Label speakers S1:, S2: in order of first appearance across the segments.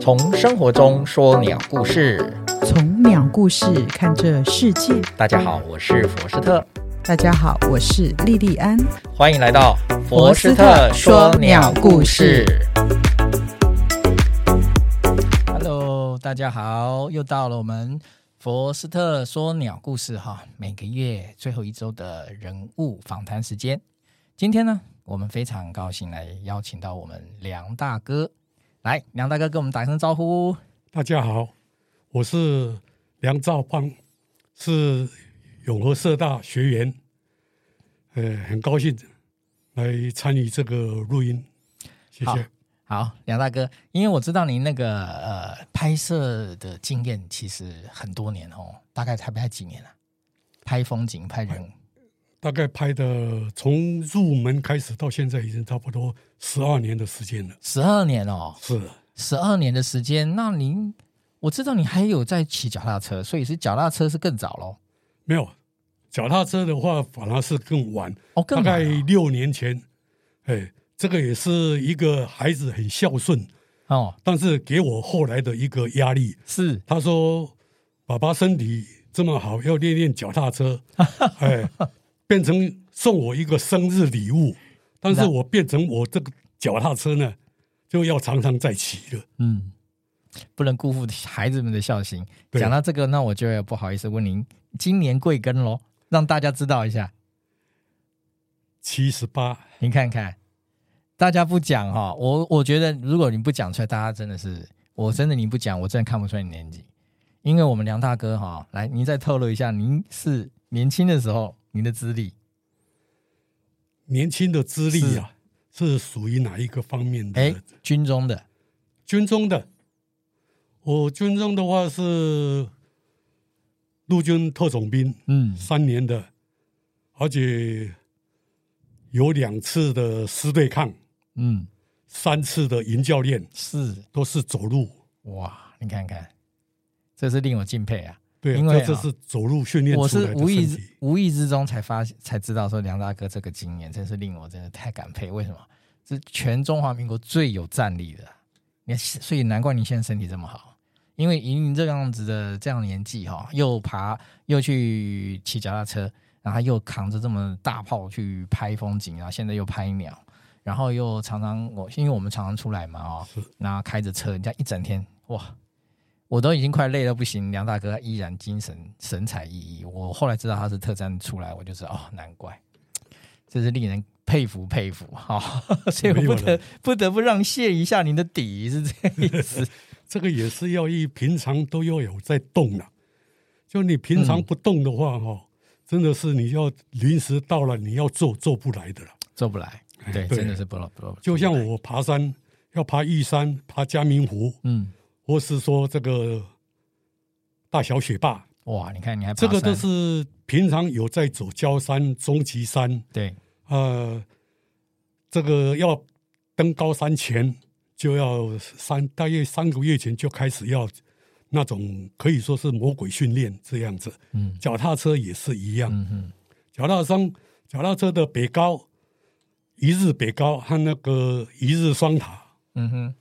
S1: 从生活中说鸟故事。
S2: 从鸟故事看这世界。
S1: 大家好，我是佛斯特，
S2: 大家好，我是莉莉安。
S1: 欢迎来到
S2: 佛斯特说鸟故事。
S1: Hello，大家好，又到了我们佛斯特说鸟故事哈，每个月最后一周的人物访谈时间。今天呢，我们非常高兴来邀请到我们梁大哥，来，梁大哥跟我们打声招呼。
S3: 大家好，我是梁兆邦，是永和社大学员，呃，很高兴来参与这个录音，谢
S1: 好
S3: 谢。
S1: 好，梁大哥，因为我知道您那个呃拍摄的经验其实很多年哦，大概才拍几年了、啊拍风景、拍人物，
S3: 大概拍的从入门开始到现在已经差不多十二年的时间了，
S1: 十二年哦，
S3: 是
S1: 十二年的时间。那您，我知道你还有在骑脚踏车，所以是脚踏车是更早喽。
S3: 没有脚踏车的话，反而是更晚，
S1: 哦，更
S3: 大概
S1: 晚了
S3: 六年前，哎，这个也是一个孩子很孝顺，
S1: 哦，
S3: 但是给我后来的一个压力，
S1: 是
S3: 他说：“爸爸身体这么好，要练练脚踏 车。”哎，变成送我一个生日礼物，但是
S1: 那
S3: 我变成我这个脚踏车呢，就要常常在骑了。
S1: 嗯，不能辜负孩子们的孝心。
S3: 对
S1: 讲到这个，那我就不好意思问您，今年贵庚喽？让大家知道一下。
S3: 七十八，
S1: 你看看，大家不讲哈、我我觉得如果你不讲出来，大家真的是，我真的你不讲，我真的看不出来你年纪。因为我们梁大哥哈、来，您再透露一下，您是年轻的时候您的资历？
S3: 年轻的资历啊，是属于哪一个方面的？
S1: 哎，军中的
S3: 军中的，我军中的话是陆军特种兵，
S1: 嗯
S3: 三年的，而且有两次的师对抗。
S1: 嗯，
S3: 三次的银教练
S1: 是
S3: 都是走路，
S1: 哇，你看看，这是令我敬佩啊！
S3: 对啊，
S1: 因为啊
S3: 这是走路训练
S1: 我
S3: 出
S1: 是
S3: 来的
S1: 无
S3: 身
S1: 意
S3: 体
S1: 之。无意之中才发现才知道说梁大哥这个经验，真是令我真的太感佩。为什么？是全中华民国最有战力的，你所以难怪你现在身体这么好，因为以你这样子的这样的年纪哈、又爬又去骑脚踏车，然后又扛着这么大炮去拍风景，然后现在又拍鸟，然后又常常我因为我们常常出来嘛哦
S3: 是，
S1: 然后开着车，人家一整天哇，我都已经快累得不行，梁大哥依然精神神采奕奕。我后来知道他是特战出来，我就知道哦，难怪，这是令人佩服佩服哈、哦 所以我
S3: 没有
S1: 不
S3: 了
S1: 得不得不让谢一下您的底是这个意 思。
S3: 这个也是要一平常都要有在动了、就你平常
S1: 嗯
S3: 不动的话，哈、真的是你要临时到了，你要做做不来的了。
S1: 做不来，对，
S3: 哎对
S1: 真的是不了不了。
S3: 就像我爬山，要爬玉山、爬嘉明湖，
S1: 嗯，
S3: 或是说这个大小雪坝，
S1: 哇，你看你还爬
S3: 这个都
S1: 山
S3: 是平常有在走焦山、终极山，
S1: 对，
S3: 呃，这个要登高山前就要三大约三个月前就开始要那种可以说是魔鬼训练这样子，
S1: 嗯
S3: 脚踏车也是一样，
S1: 嗯嗯，
S3: 脚踏车脚踏车的北高一日北高和那个一日双塔，
S1: 嗯哼，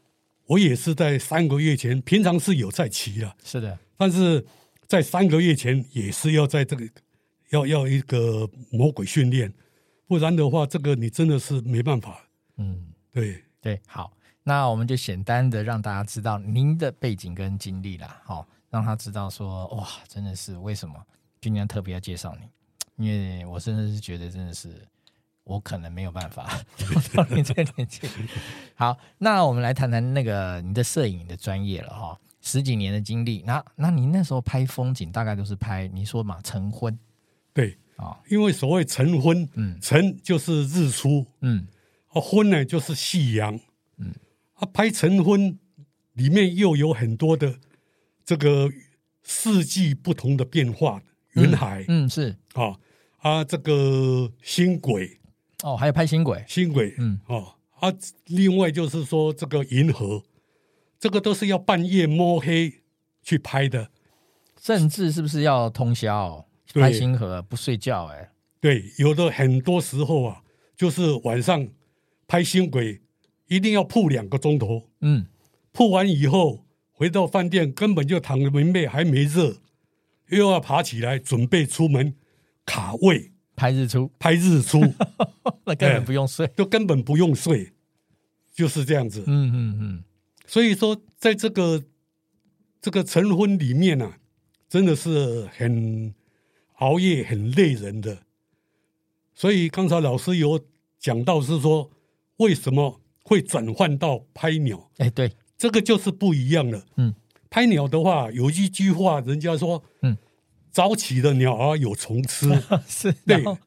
S3: 我也是在三个月前，平常是有在骑了，
S1: 是的，
S3: 但是在三个月前也是要在这个要要一个魔鬼训练，不然的话，这个你真的是没办法。
S1: 嗯，
S3: 对，
S1: 对，好，那我们就简单的让大家知道您的背景跟经历啦，好、让他知道说，哇，真的是为什么今天特别要介绍你，因为我真的是觉得真的是我可能没有办法 到你这个年纪。好，那我们来谈谈那个你的摄影的专业了哈、十几年的经历，那那你那时候拍风景大概都是拍，你说嘛，晨昏
S3: 对，
S1: 哦，
S3: 因为所谓晨昏，
S1: 嗯
S3: 晨就是日出，
S1: 嗯
S3: 啊，昏呢就是夕阳，啊，拍晨昏里面又有很多的这个四季不同的变化，云海、
S1: 嗯是
S3: 啊啊，这个星轨，
S1: 哦，还有拍星轨，
S3: 星轨，
S1: 嗯
S3: 哦啊，另外就是说这个银河，这个都是要半夜摸黑去拍的，
S1: 甚至是不是要通宵
S3: 对
S1: 拍星河不睡觉、欸？哎，
S3: 对，有的很多时候啊，就是晚上拍星轨，一定要铺两个钟头，
S1: 嗯，
S3: 铺完以后回到饭店根本就躺着明媚还没热，又要爬起来准备出门卡位
S1: 拍日出，
S3: 拍日出，
S1: 那根本不用睡。
S3: 就根本不用睡，就是这样子。
S1: 嗯嗯嗯，
S3: 所以说，在这个这个晨昏里面呢、啊，真的是很熬夜、很累人的。所以刚才老师有讲到，是说为什么会转换到拍鸟，
S1: 哎、对，
S3: 这个就是不一样了。
S1: 嗯，
S3: 拍鸟的话，有一句话，人家说，
S1: 嗯，
S3: 早起的鸟儿有虫 吃。
S1: 是，
S3: 对
S1: 然后，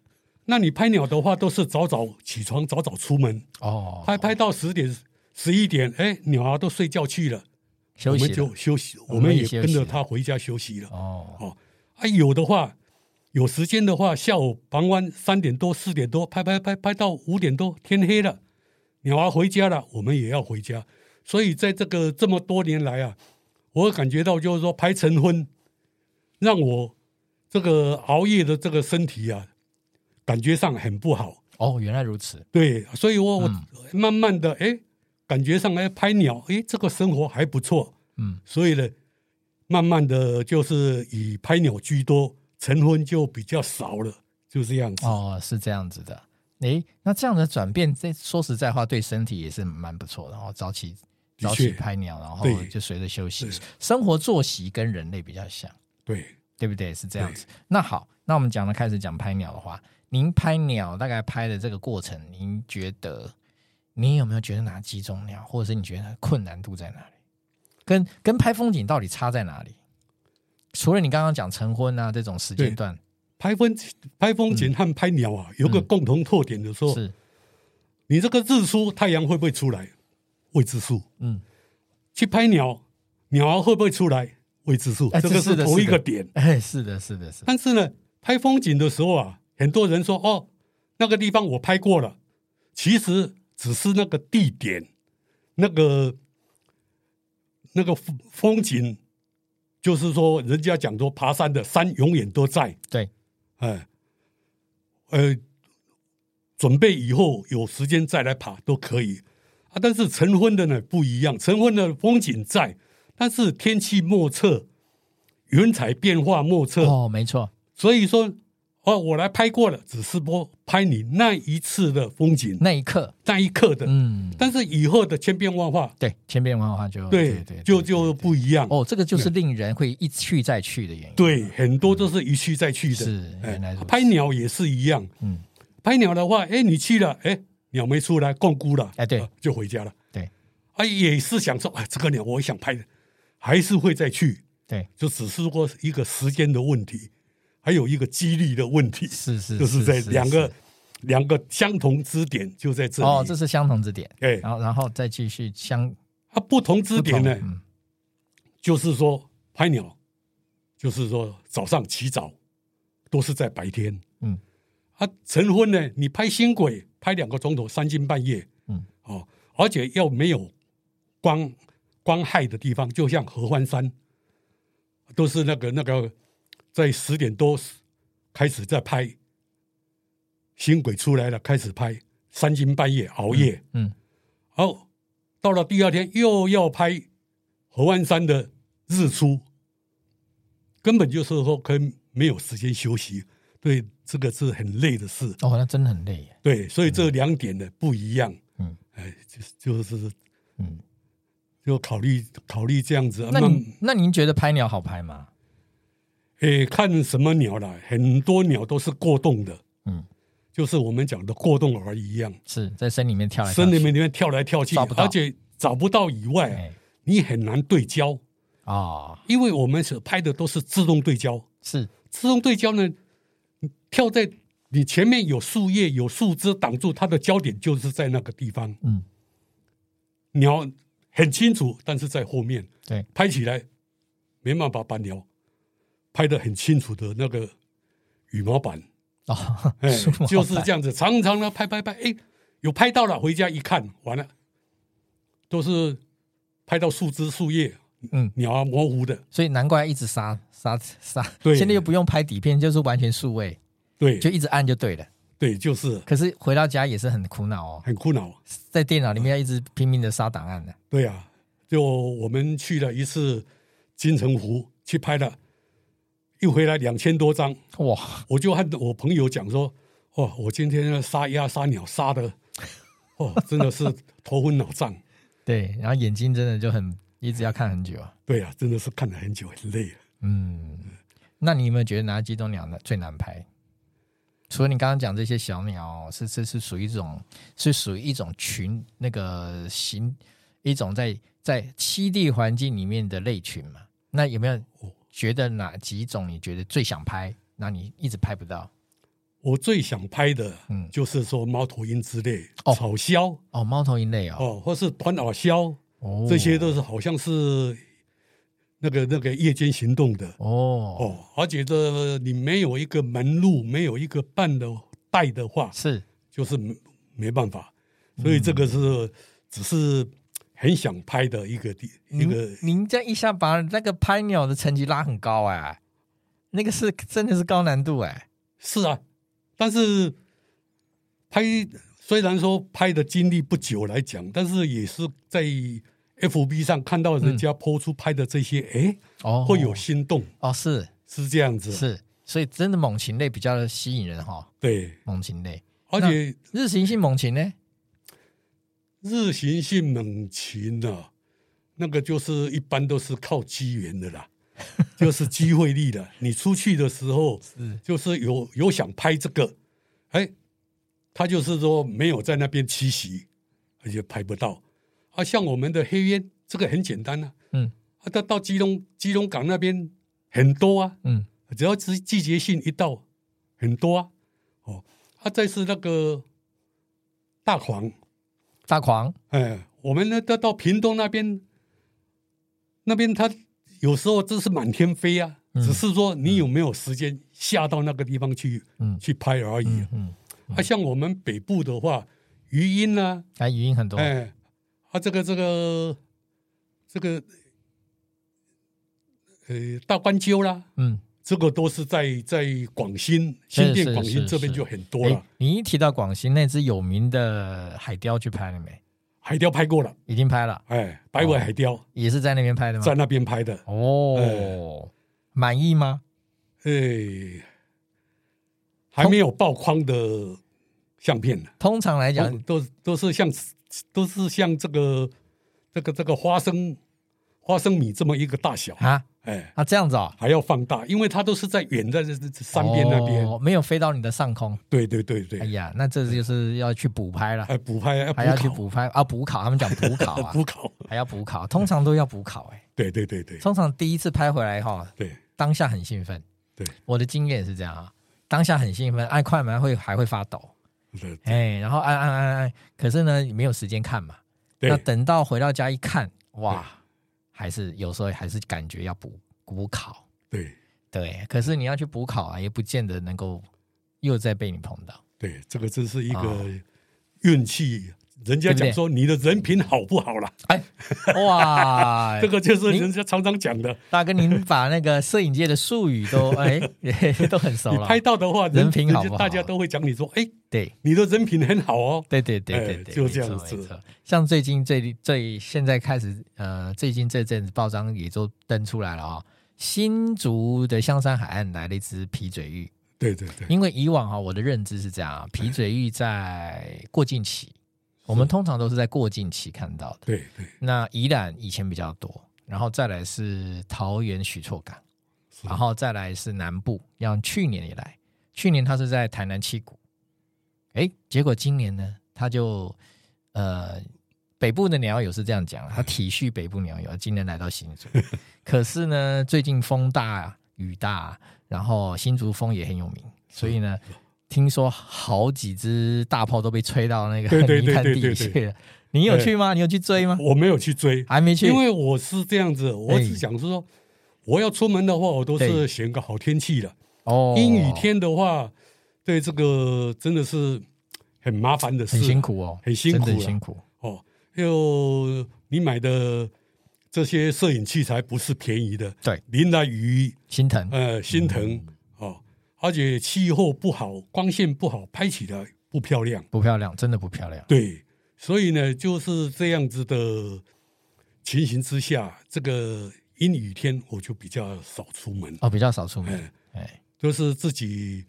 S3: 那你拍鸟的话，都是早早起床，早早出门，
S1: 哦，
S3: 拍拍到十点、十一点，哎，鸟儿都睡觉去了，
S1: 休
S3: 我
S1: 息
S3: 们
S1: 了
S3: 就休息，
S1: 我
S3: 我
S1: 们
S3: 们
S1: 也
S3: 也
S1: 休息
S3: 跟着
S1: 了
S3: 它回家休息了。
S1: 哦，
S3: 哦，啊，有的话，有时间的话，下午傍晚三点多、四点多拍拍拍拍到五点多，天黑了，鸟儿回家了，我们也要回家。所以在这个这么多年来啊，我感觉到就是说拍晨昏，让我这个熬夜的这个身体啊，感觉上很不好。
S1: 哦，原来如此，
S3: 对，所以我我
S1: 嗯
S3: 慢慢的哎，感觉上哎拍鸟哎，这个生活还不错，
S1: 嗯，
S3: 所以呢，慢慢的就是以拍鸟居多，晨昏就比较少了，就这样子。
S1: 哦，是这样子的。诶，那这样的转变，这说实在话，对身体也是蛮不错的哦。早起
S3: 的
S1: 早
S3: 确
S1: 起拍鸟，然后
S3: 对
S1: 就随着休息
S3: 是，
S1: 生活作息跟人类比较像，
S3: 对，
S1: 对不对？是这样子。那好，那我们讲了开始讲拍鸟的话，您拍鸟大概拍的这个过程，您觉得你有没有觉得哪几种鸟，或者是你觉得困难度在哪里？跟跟拍风景到底差在哪里？除了你刚刚讲晨昏啊这种时间
S3: 对
S1: 段，
S3: 拍风拍风景和拍鸟啊，有个
S1: 嗯
S3: 共同特点的时候，
S1: 是
S3: 你这个日出太阳会不会出来，未知数；
S1: 嗯，
S3: 去拍鸟，鸟儿会不会出来，未知数。
S1: 哎
S3: 这个
S1: 是的
S3: 同
S1: 是
S3: 一
S1: 的
S3: 个点。
S1: 哎，是的，是的，是的，
S3: 但是呢，拍风景的时候啊，很多人说哦，那个地方我拍过了，其实只是那个地点，那个那个风风景，就是说人家讲说爬山的山永远都在，
S1: 对，
S3: 哎，呃，准备以后有时间再来爬都可以啊。但是晨昏的呢不一样，晨昏的风景在，但是天气莫测。云彩变化莫测，
S1: 哦，没错，
S3: 所以说，哦，我来拍过了，只是播拍你那一次的风景，
S1: 那
S3: 那
S1: 一刻，
S3: 一刻的。
S1: 嗯，
S3: 但是以后的千变万化，
S1: 对，千变万化就
S3: 对，
S1: 哦对对，
S3: 就
S1: 对
S3: 就不一样。
S1: 哦，这个就是令人会一去再去的原因。，
S3: 对，很多都是一去再去的。
S1: 是
S3: 哎
S1: 原来如此
S3: 拍鸟也是一样。
S1: 嗯，
S3: 拍鸟的话，哎，你去了，哎，鸟没出来，共孤了，
S1: 哎对
S3: 啊就回家了。
S1: 对
S3: 啊，也是想说，哎，这个鸟我想拍的，还是会再去，
S1: 对，
S3: 就只是说一个时间的问题，还有一个激励的问题。
S1: 是是，
S3: 就是在
S1: 是
S3: 两个
S1: 是
S3: 两个相同之点就在这里。
S1: 哦，这是相同之点，
S3: 哎，
S1: 然后然后再继续相
S3: 它不同
S1: 不
S3: 之点呢
S1: 同，嗯，
S3: 就是说拍鸟，就是说早上起早都是在白天，
S1: 嗯，
S3: 啊，晨昏呢，你拍星轨拍两个钟头，三更半夜，
S1: 嗯，
S3: 哦，而且要没有光光害的地方，就像合欢山，都是那个那个在十点多开始在拍星轨出来了，开始拍三更半夜熬夜。
S1: 嗯，
S3: 好，到了第二天又要拍合欢山的日出，根本就是说跟没有时间休息，对，这个是很累的事。
S1: 哦，那真的很累耶，
S3: 对，所以这两点呢不一样。
S1: 嗯，
S3: 哎，就是就是
S1: 嗯，
S3: 就考虑考虑这样子。
S1: 那
S3: 慢
S1: 你那您觉得拍鸟好拍吗？
S3: 诶，哎看什么鸟啦，很多鸟都是过动的，
S1: 嗯，
S3: 就是我们讲的过动儿一样，
S1: 是在山里面跳来跳
S3: 森林
S1: 去，
S3: 里面跳来跳去，
S1: 找不到
S3: 而且找不到以外啊，
S1: 哎，
S3: 你很难对焦。
S1: 哦，
S3: 因为我们所拍的都是自动对焦，
S1: 是
S3: 自动对焦呢，跳在你前面有树叶、有树枝挡住，它的焦点就是在那个地方。
S1: 嗯，
S3: 鸟很清楚，但是在后面
S1: 对，
S3: 拍起来没办法把鸟拍得很清楚的那个羽毛板，
S1: 哦，
S3: 哎，
S1: 舒服
S3: 就是这样子，常常呢拍拍拍，哎，有拍到了，回家一看，完了，都是拍到树枝、树叶，
S1: 嗯，
S3: 鸟啊模糊的，
S1: 所以难怪一直杀杀杀，
S3: 对
S1: 现在又不用拍底片，就是完全数位，
S3: 对
S1: 就一直按就对了。
S3: 对，就是
S1: 可是回到家也是很苦恼哦，
S3: 很苦恼。
S1: 在电脑里面要一直拼命的杀档案呢、
S3: 对呀、啊就我们去了一次金城湖去拍了，一回来两千多张，
S1: 哇，
S3: 我就和我朋友讲说，哦，我今天要杀鸭杀鸟杀的，哦，真的是头昏脑胀，
S1: 对，然后眼睛真的就很一直要看很久啊。
S3: 对啊，真的是看了很久，很累啊。
S1: 嗯，那你有没有觉得哪几种鸟呢最难拍？除了你刚刚讲这些小鸟，是是是属于一种是属于一种群那个形一种在在栖地环境里面的类群嘛？那有没有觉得哪几种你觉得最想拍，那你一直拍不到？
S3: 我最想拍的
S1: 嗯，
S3: 就是说猫头鹰之类、
S1: 哦
S3: 草鸮
S1: 哦，猫头鹰类哦，
S3: 哦，或是短耳鸮，
S1: 哦，
S3: 这些都是好像是那个那个夜间行动的
S1: 哦
S3: 哦，而且这你没有一个门路，没有一个伴的带的话，
S1: 是
S3: 就是没没办法。所以这个是只是很想拍的一个地一
S1: 您
S3: 个
S1: 您这样一下把那个拍鸟的成绩拉很高哎、那个是真的是高难度哎、
S3: 是啊，但是拍虽然说拍的经历不久来讲，但是也是在 FB 上看到人家抛出拍的这些，哎、
S1: 嗯哦，
S3: 会有心动，
S1: 哦是
S3: 是这样子，
S1: 是，所以真的猛禽类比较吸引人哈、
S3: 对，
S1: 猛禽类，
S3: 而且
S1: 日行性猛禽呢？
S3: 日行性猛禽呢、那个就是一般都是靠机缘的啦， 就是机会力的。你出去的时候，
S1: 是
S3: 就是有有想拍这个，哎，他就是说没有在那边栖息，而且拍不到。啊，像我们的黑鸢，这个很简单啊，
S1: 嗯
S3: 啊，它到基隆基隆港那边很多啊，
S1: 嗯，
S3: 只要是季节性一到，很多啊。哦，啊，再是那个大黄，
S1: 大狂
S3: 哎，我们呢到到屏东那边，那边它有时候真是满天飞啊，
S1: 嗯
S3: 只是说你有没有时间下到那个地方去，
S1: 嗯
S3: 去拍而已。
S1: 嗯嗯，
S3: 啊，像我们北部的话，鱼鹰啊，
S1: 来语音很多，
S3: 哎，啊这个这个这个，呃，大关鸠啦，
S1: 嗯，
S3: 这个都是在在广兴
S1: 是
S3: 新店
S1: 是
S3: 广兴
S1: 是
S3: 这边
S1: 是
S3: 就很多
S1: 哎
S3: 了，，
S1: 你一提到广西那只有名的海雕去拍了没？
S3: 海雕拍过了，
S1: 已经拍了，
S3: 哎，白尾
S1: 哦
S3: 海雕
S1: 也是在那边拍的吗
S3: 在？那哎边拍的。
S1: 哦，满意吗？
S3: 哎，还没有爆框的相片呢，哦
S1: 通常来讲，
S3: 都都都是像都是像这个这个这个花生花生米这么一个大小，
S1: 啊
S3: 哎，
S1: 啊这样子哦，
S3: 还要放大，因为它都是在远在这这这山边那边，
S1: 哦没有飞到你的上空。
S3: 对对对对
S1: 哎，呀，那这就是要去补拍了，
S3: 哎，补拍要
S1: 还要去
S3: 考
S1: 补拍啊，补考，他们讲补考啊，
S3: 补考，
S1: 还要补考，通常都要补考哎。
S3: 对对对对
S1: 通常第一次拍回来哈，
S3: 对
S1: 当下很兴奋。
S3: 对，
S1: 我的经验也是这样啊，当下很兴奋，按哎快门会还会发抖，
S3: 对
S1: 哎，然后按按按按，可是呢没有时间看嘛。那
S3: 对，
S1: 等到回到家一看，哇，还是有时候还是感觉要补补考，
S3: 对
S1: 对。可是你要去补考啊，也不见得能够又再被你碰到。
S3: 对，这个真是一
S1: 哦
S3: 个运气。人家
S1: 对不对
S3: 讲说你的人品好不好啦，
S1: 哎，哇，
S3: 这个就是
S1: 您
S3: 人家常常讲的。
S1: 大哥，您把那个摄影界的术语都哎 都很熟
S3: 你
S1: 了，
S3: 拍到的话，
S1: 人品好不好
S3: 人家大家都会讲你说，哎，
S1: 对。
S3: 你的人品很好哦。
S1: 对对对对
S3: 哎
S1: 对，
S3: 就
S1: 没
S3: 这样
S1: 错
S3: 子
S1: 没错像最近最最现在开始，呃，最近这阵子报章也都登出来了啊、新竹的香山海岸来了一只皮嘴鹬，
S3: 对对对，
S1: 因为以往哦哈、我的认知是这样啊，皮嘴鹬在过境期，我们通常都是在过境期看到的。
S3: 对对
S1: 那宜兰以前比较多，然后再来是桃园许厝港，
S3: 是
S1: 然后再来是南部，像去年以来，去年他是在台南七股，哎，结果今年呢，他就呃北部的鸟友是这样讲，他体恤北部鸟友，今年来到新 竹，可是呢，最近风大雨大，然后新竹风也很有名，所以呢。听说好几只大炮都被吹到那
S3: 对
S1: 个
S3: 对
S1: 泥潭
S3: 对
S1: 地
S3: 对
S1: 里
S3: 对
S1: 去了。你有
S3: 对
S1: 去吗？你有去追吗？
S3: 我没有去追，
S1: 还没去，哎
S3: 因为我是这样子，我只想说，我要出门的话，我都
S1: 对
S3: 是选个好天气了。
S1: 哦
S3: 阴雨天的话，对这个真的是很麻烦的事，
S1: 很辛苦哦，
S3: 很辛苦啦啊
S1: 真的很辛苦。
S3: 哦。又你买的这些摄影器材不是便宜的，
S1: 对，
S3: 淋了雨，
S1: 心疼。
S3: 呃，心疼哦，而且气候不好，光线不好，拍起来不漂亮。
S1: 不漂亮，真的不漂亮。
S3: 对，所以呢，就是这样子的情形之下，这个阴雨天我就比较少出门，
S1: 哦，比较少出门
S3: 哎，
S1: 哎，
S3: 就是自己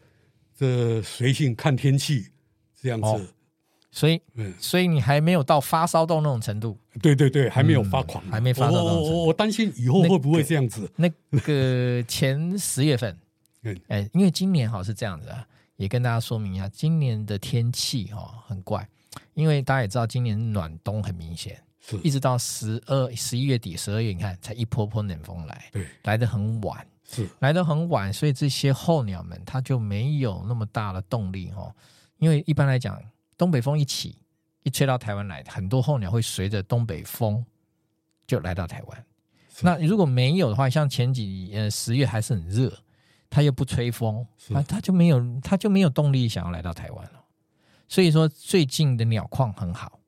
S3: 这随性看天气这样子。
S1: 哦所以
S3: 嗯，
S1: 所以你还没有到发烧到那种程度，
S3: 对对对，还没有发狂，
S1: 嗯
S3: 啊
S1: 还没发到那
S3: 我
S1: 种
S3: 我
S1: 程度
S3: 我我担心以后会不会这样子？
S1: 那 个前十月份
S3: 嗯，
S1: 哎，因为今年好像是这样子啊，也跟大家说明一下，今年的天气哦很怪，因为大家也知道今年暖冬很明显，
S3: 是
S1: 一直到十二十一月底十二月，你看才一波波冷风来，
S3: 对，
S1: 来的很晚，
S3: 是
S1: 来的很晚，所以这些候鸟们它就没有那么大的动力哦，因为一般来讲，东北风一起一吹到台湾来，很多候鸟会随着东北风就来到台湾。
S3: 是
S1: 那如果没有的话，像前几呃十月还是很热，它又不吹风，
S3: 是
S1: 它它就没有它就没有动力想要来到台湾了。所以说最近的鸟况很好，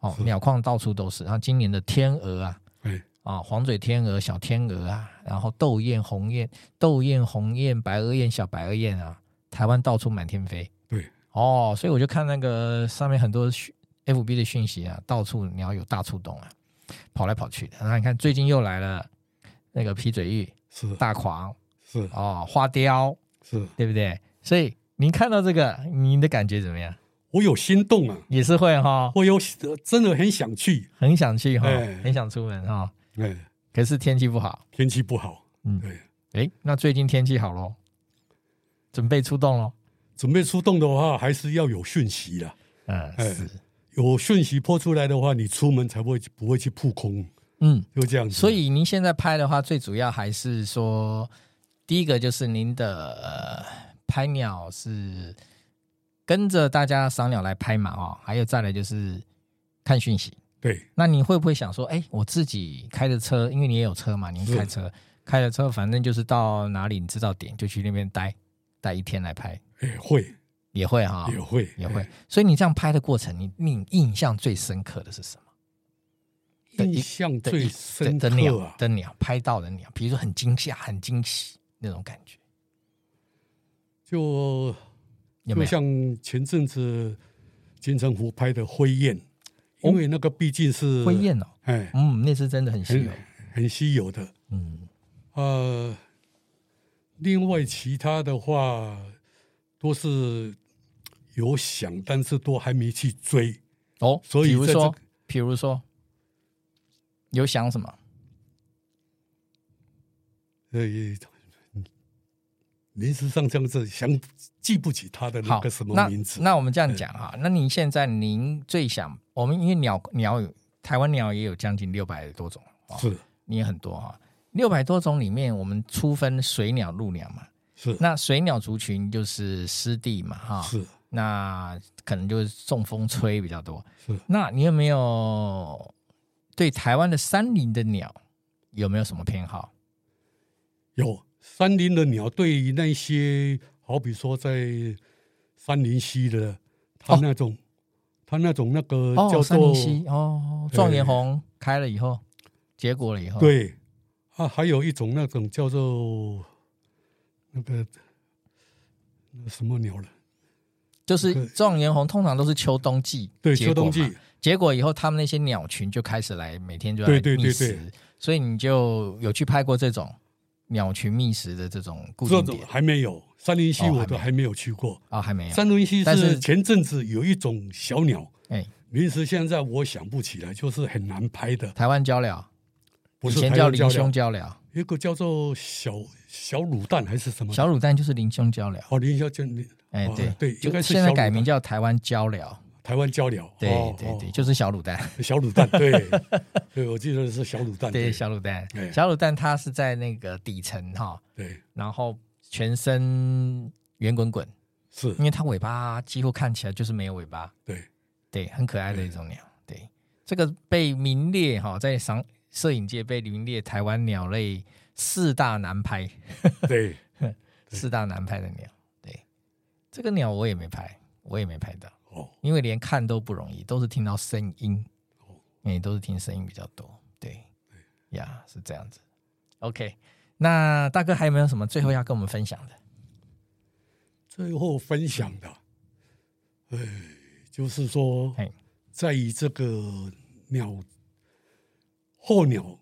S1: 哦，
S3: 是
S1: 鸟况到处都是。然后今年的天鹅啊，
S3: 哎，
S1: 啊，黄嘴天鹅、小天鹅啊，然后斗燕、红燕、斗燕、红燕、白鹅燕、小白鹅燕啊，台湾到处满天飞。
S3: 对，
S1: 哦，所以我就看那个上面很多讯 FB 的讯息啊，到处鸟有大触动啊，跑来跑去的。然后你看最近又来了那个皮嘴鹬、
S3: 是
S1: 大狂
S3: 是
S1: 哦、花雕，
S3: 是，
S1: 对不对？所以您看到这个，您的感觉怎么样？
S3: 我有心动啊，
S1: 也是会哈、
S3: 我有呃真的很想去，
S1: 很想去哈、
S3: 哎
S1: 很想出门哈、
S3: 哎，
S1: 可是天气不好。
S3: 天气不好，
S1: 嗯
S3: 对，
S1: 诶，那最近天气好喽，准备出动喽。
S3: 准备出动的话，还是要有讯息啊。
S1: 嗯，
S3: 哎
S1: 是，
S3: 有讯息泼出来的话，你出门才不会不会去扑空，
S1: 嗯，
S3: 就这样子。
S1: 所以您现在拍的话，最主要还是说，第一个就是您的、呃、拍鸟是跟着大家赏鸟来拍嘛，哦，还有再来就是看讯息。
S3: 对
S1: 那你会不会想说，哎，我自己开着车，因为你也有车嘛，你
S3: 是
S1: 开车开着车，反正就是到哪里你知道点，就去那边待待一天来拍，
S3: 也哎会
S1: 也会哈、
S3: 也会
S1: 也会。所以你这样拍的过程，你你印象最深刻的是什么？的一
S3: 印象
S1: 的
S3: 最
S1: 一
S3: 深
S1: 的的鸟
S3: 刻啊，
S1: 的鸟拍到的鸟，比如说很惊吓、很惊喜那种感觉，
S3: 就
S1: 有
S3: 就
S1: 没有？
S3: 像前阵子金城湖拍的《灰雁》，因为那个毕竟是
S1: 哦灰，雁哦，
S3: 哎，
S1: 嗯，那只真的很稀有
S3: 很，很稀有的。
S1: 嗯，
S3: 呃，另外其他的话都是有想，但是都还没去追。
S1: 哦，
S3: 所以
S1: 比如
S3: 在这
S1: 说
S3: 个，
S1: 比如说，有想什么？
S3: 呃，也临时上这样子想记不起他的那
S1: 好
S3: 个什，么
S1: 那
S3: 名字。
S1: 那我们这样讲哈，那您现在您最想，我们因为鸟鸟有台湾鸟也有将近六百多种，哦
S3: 啊是
S1: 你也很多哈、六百多种里面，我们粗分水鸟、陆鸟嘛。
S3: 是
S1: 那啊水鸟族群就是湿地嘛，哈，
S3: 是
S1: 那可能就是中风吹比较多。
S3: 是，
S1: 那你有没有对台湾的山林的鸟有没有什么偏好？
S3: 有山林的鸟，对于那些好比说在山林溪的，它
S1: 哦
S3: 那种、它那种那个
S1: 哦，
S3: 叫
S1: 山林
S3: 做、
S1: 溪哦，状元红开了以后，结果了以后，，
S3: 对啊，还有一种那种叫做那个那什么鸟了，
S1: 就是状元红通常都是秋冬季，
S3: 对，
S1: 结果
S3: 秋冬
S1: 嘛
S3: 季，
S1: 结果以后他们那些鸟群就开始来每天就来
S3: 对对
S1: 觅
S3: 对
S1: 食，
S3: 对
S1: 所以你就有去拍过这种鸟群觅食的这种固
S3: 这
S1: 定
S3: 种
S1: 点
S3: 还没有。山林溪
S1: 哦
S3: 我
S1: 还
S3: 都
S1: 没
S3: 还没有去过，
S1: 啊、还没有，
S3: 山林溪
S1: 但是
S3: 是前阵子有一种小鸟，
S1: 哎，
S3: 临时现在我想不起来，就是很难拍的，
S1: 台湾鹪鹩，
S3: 不
S1: 以
S3: 是
S1: 前
S3: 台
S1: 叫
S3: 湾
S1: 林
S3: 鹪
S1: 胸
S3: 鹩，
S1: 鹪鹩，
S3: 一个叫做小小卤蛋还是什么的？
S1: 小乳蛋就是林胸鹪鹩，
S3: 哦，林霄就
S1: 哎、
S3: 嗯哦
S1: 对
S3: 对应
S1: 就
S3: 该是
S1: 现在
S3: 小乳
S1: 改
S3: 蛋
S1: 名叫台湾鹪鹩，
S3: 台湾交流，
S1: 对
S3: 哦
S1: 对对，
S3: 哦
S1: 就是小卤蛋，
S3: 小卤蛋，对 对，我记得是小卤蛋，
S1: 对小卤蛋
S3: 哎，
S1: 小卤蛋它是在那个底层哈，
S3: 对
S1: 然后全身圆滚滚，
S3: 是
S1: 因，为它尾巴几乎看起来就是没有尾巴，
S3: 对
S1: 对，很可爱的一种鸟，对，这个被名列哈，在赏摄影界被名列台湾鸟类四大难拍，
S3: 对，
S1: 四大难拍的鸟，对，这个鸟我也没拍，我也没拍到。
S3: 哦
S1: 因为连看都不容易，都是听到声音，也都是听声音比较多。对，呀，是这样子。OK，那大哥还有没有什么最后要跟我们分享的？
S3: 最后分享的，哎，就是说
S1: 嘿，
S3: 在于这个鸟候鸟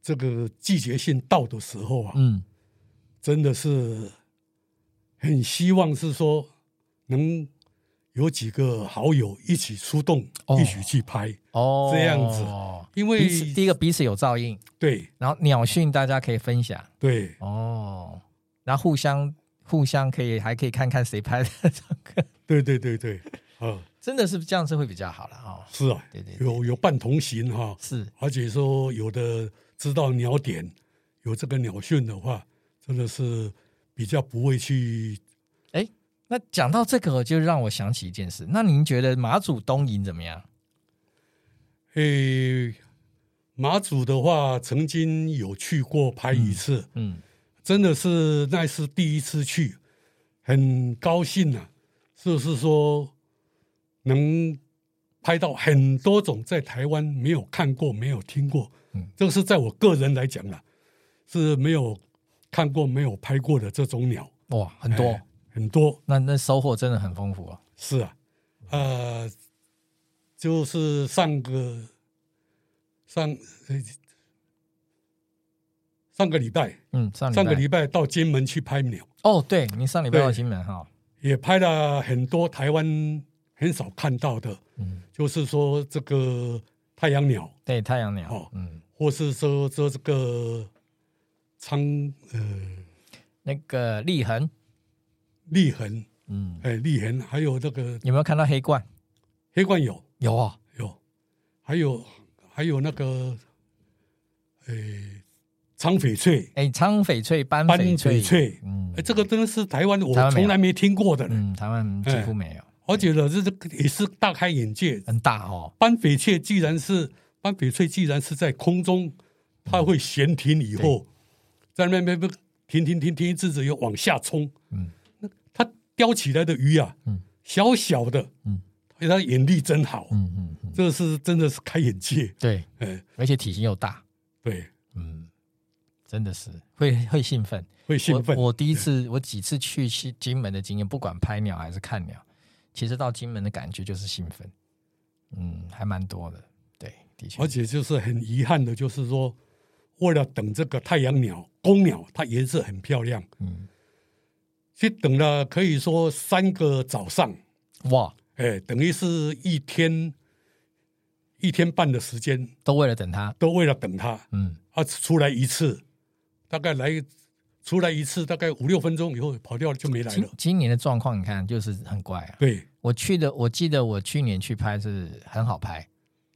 S3: 这个季节性到的时候啊，
S1: 嗯
S3: 真的是很希望是说能有几个好友一起出动，
S1: 哦
S3: 一起去拍，
S1: 哦，
S3: 这样子因为
S1: 彼此第一个彼此有照应，
S3: 对
S1: 然后鸟讯大家可以分享
S3: 对
S1: 哦，然后互相互相可以还可以看看谁拍的这个，
S3: 对对对对，啊，
S1: 真的是这样子会比较好了哦。
S3: 是啊，
S1: 对对对
S3: 有有伴同行哈、
S1: 是
S3: 而且说有的知道鸟点，有这个鸟讯的话，真的是比较不会去
S1: 那讲到这个，就让我想起一件事。那您觉得马祖东营怎么样？
S3: 诶。马祖的话，曾经有去过拍一次，
S1: 嗯，
S3: 真的是那是第一次去，很高兴啊！就是说能拍到很多种在台湾没有看过、没有听过，
S1: 嗯
S3: 这个是在我个人来讲啦，是没有看过、没有拍过的这种鸟
S1: 哇，很多，
S3: 哎很多。
S1: 那那收获真的很丰富啊。
S3: 是啊，呃，就是上个上呃上个礼拜，
S1: 嗯，上礼拜
S3: 上个礼拜到金门去拍鸟。
S1: 哦，对，您上礼拜
S3: 对
S1: 到金门哈，
S3: 也拍了很多台湾很少看到的，
S1: 嗯，
S3: 就是说这个太阳鸟，
S1: 对，太阳鸟，
S3: 哦
S1: 嗯，
S3: 或是说说这个苍呃
S1: 那个立恒，
S3: 立痕，
S1: 嗯，
S3: 哎立痕，还有那个
S1: 有没有看到黑冠？
S3: 黑冠有
S1: 有啊，
S3: 有，还有还有那个呃苍翡翠，
S1: 哎，苍翡翠、斑
S3: 斑
S1: 翡
S3: 翡翠，
S1: 嗯
S3: 哎，这个真的是台湾我
S1: 台湾没有
S3: 从来没听过的，
S1: 嗯，台湾几乎没有，
S3: 而且呢，这这也是大开眼界，
S1: 很大哦，
S3: 斑翡翠既然是斑翡翠，既然是在空
S1: 嗯
S3: 中，它会悬停以后，在那边不停停停停一阵子，又往下冲。
S1: 嗯，
S3: 它叼起来的鱼啊，
S1: 嗯
S3: 小小的，
S1: 嗯，
S3: 它眼力真好，
S1: 嗯嗯嗯，
S3: 这是真的是开眼界。
S1: 对，
S3: 哎，
S1: 而且体型又大，
S3: 对，
S1: 嗯，真的是会会兴奋。
S3: 会兴奋。
S1: 我我第一次，我几次去西金门的经验，不管拍鸟还是看鸟，其实到金门的感觉就是兴奋，嗯，还蛮多的，对，的确
S3: 而，且就是很遗憾的，就是说，为了等这个太阳鸟、公鸟，它颜色很漂亮，
S1: 嗯，
S3: 去等了可以说三个早上。
S1: 哇，
S3: 哎，等于是一天一天半的时间，
S1: 都为了等他，
S3: 都为了等他。
S1: 嗯，
S3: 他出来一次，大概来出来一次，大概五六分钟以后跑掉了就没来
S1: 今
S3: 了。
S1: 今年的状况你看就是很怪啊。
S3: 对
S1: 我去的，我记得我去年去拍是很好拍，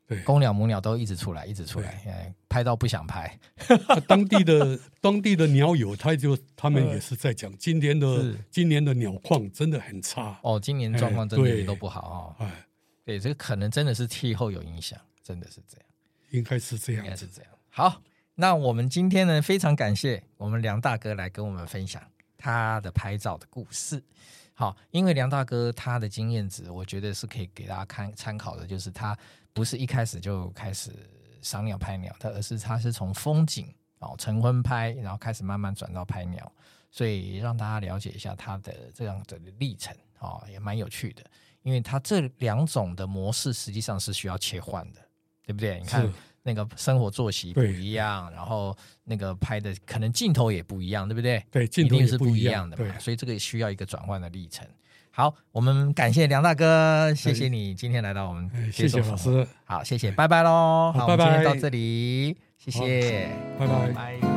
S3: 对，
S1: 公鸟母鸟都一直出来，一直出来，哎拍到不想拍，
S3: 啊当地的当地的鸟友，他就他们也是在讲，今天的
S1: 呃是
S3: 今年的鸟况真的很差。
S1: 哦，今年状况
S3: 哎
S1: 真的
S3: 对
S1: 一都不好哦。
S3: 哎，
S1: 对，这个可能真的是气候有影响，真的是这样。
S3: 应该是这
S1: 应该
S3: 样
S1: 是
S3: 子。
S1: 这样。好，那我们今天呢，非常感谢我们梁大哥来跟我们分享他的拍照的故事。好，因为梁大哥他的经验值，我觉得是可以给大家看参考的，就是他不是一开始就开始赏鸟拍鸟，他而是他是从风景哦晨昏拍，然后开始慢慢转到拍鸟，所以让大家了解一下他的这样的历程哦，也蛮有趣的。因为他这两种的模式实际上是需要切换的，对不对？你看
S3: 是
S1: 那个生活作息不
S3: 对
S1: 一样，然后那个拍的可能镜头也不一样，对不对？
S3: 对，镜头
S1: 一定
S3: 也
S1: 是
S3: 不
S1: 一
S3: 样
S1: 的
S3: 对
S1: 嘛，，所以这个需要一个转换的历程。好，我们感谢梁大哥，谢谢你今天来到我们
S3: 哎
S1: 接受
S3: 谢谢
S1: 访
S3: 老
S1: 问
S3: 师，
S1: 好，谢谢，拜拜喽。
S3: 好
S1: 我们
S3: 拜
S1: 今
S3: 拜
S1: 天到这里，谢谢，
S3: 拜拜。
S1: 拜。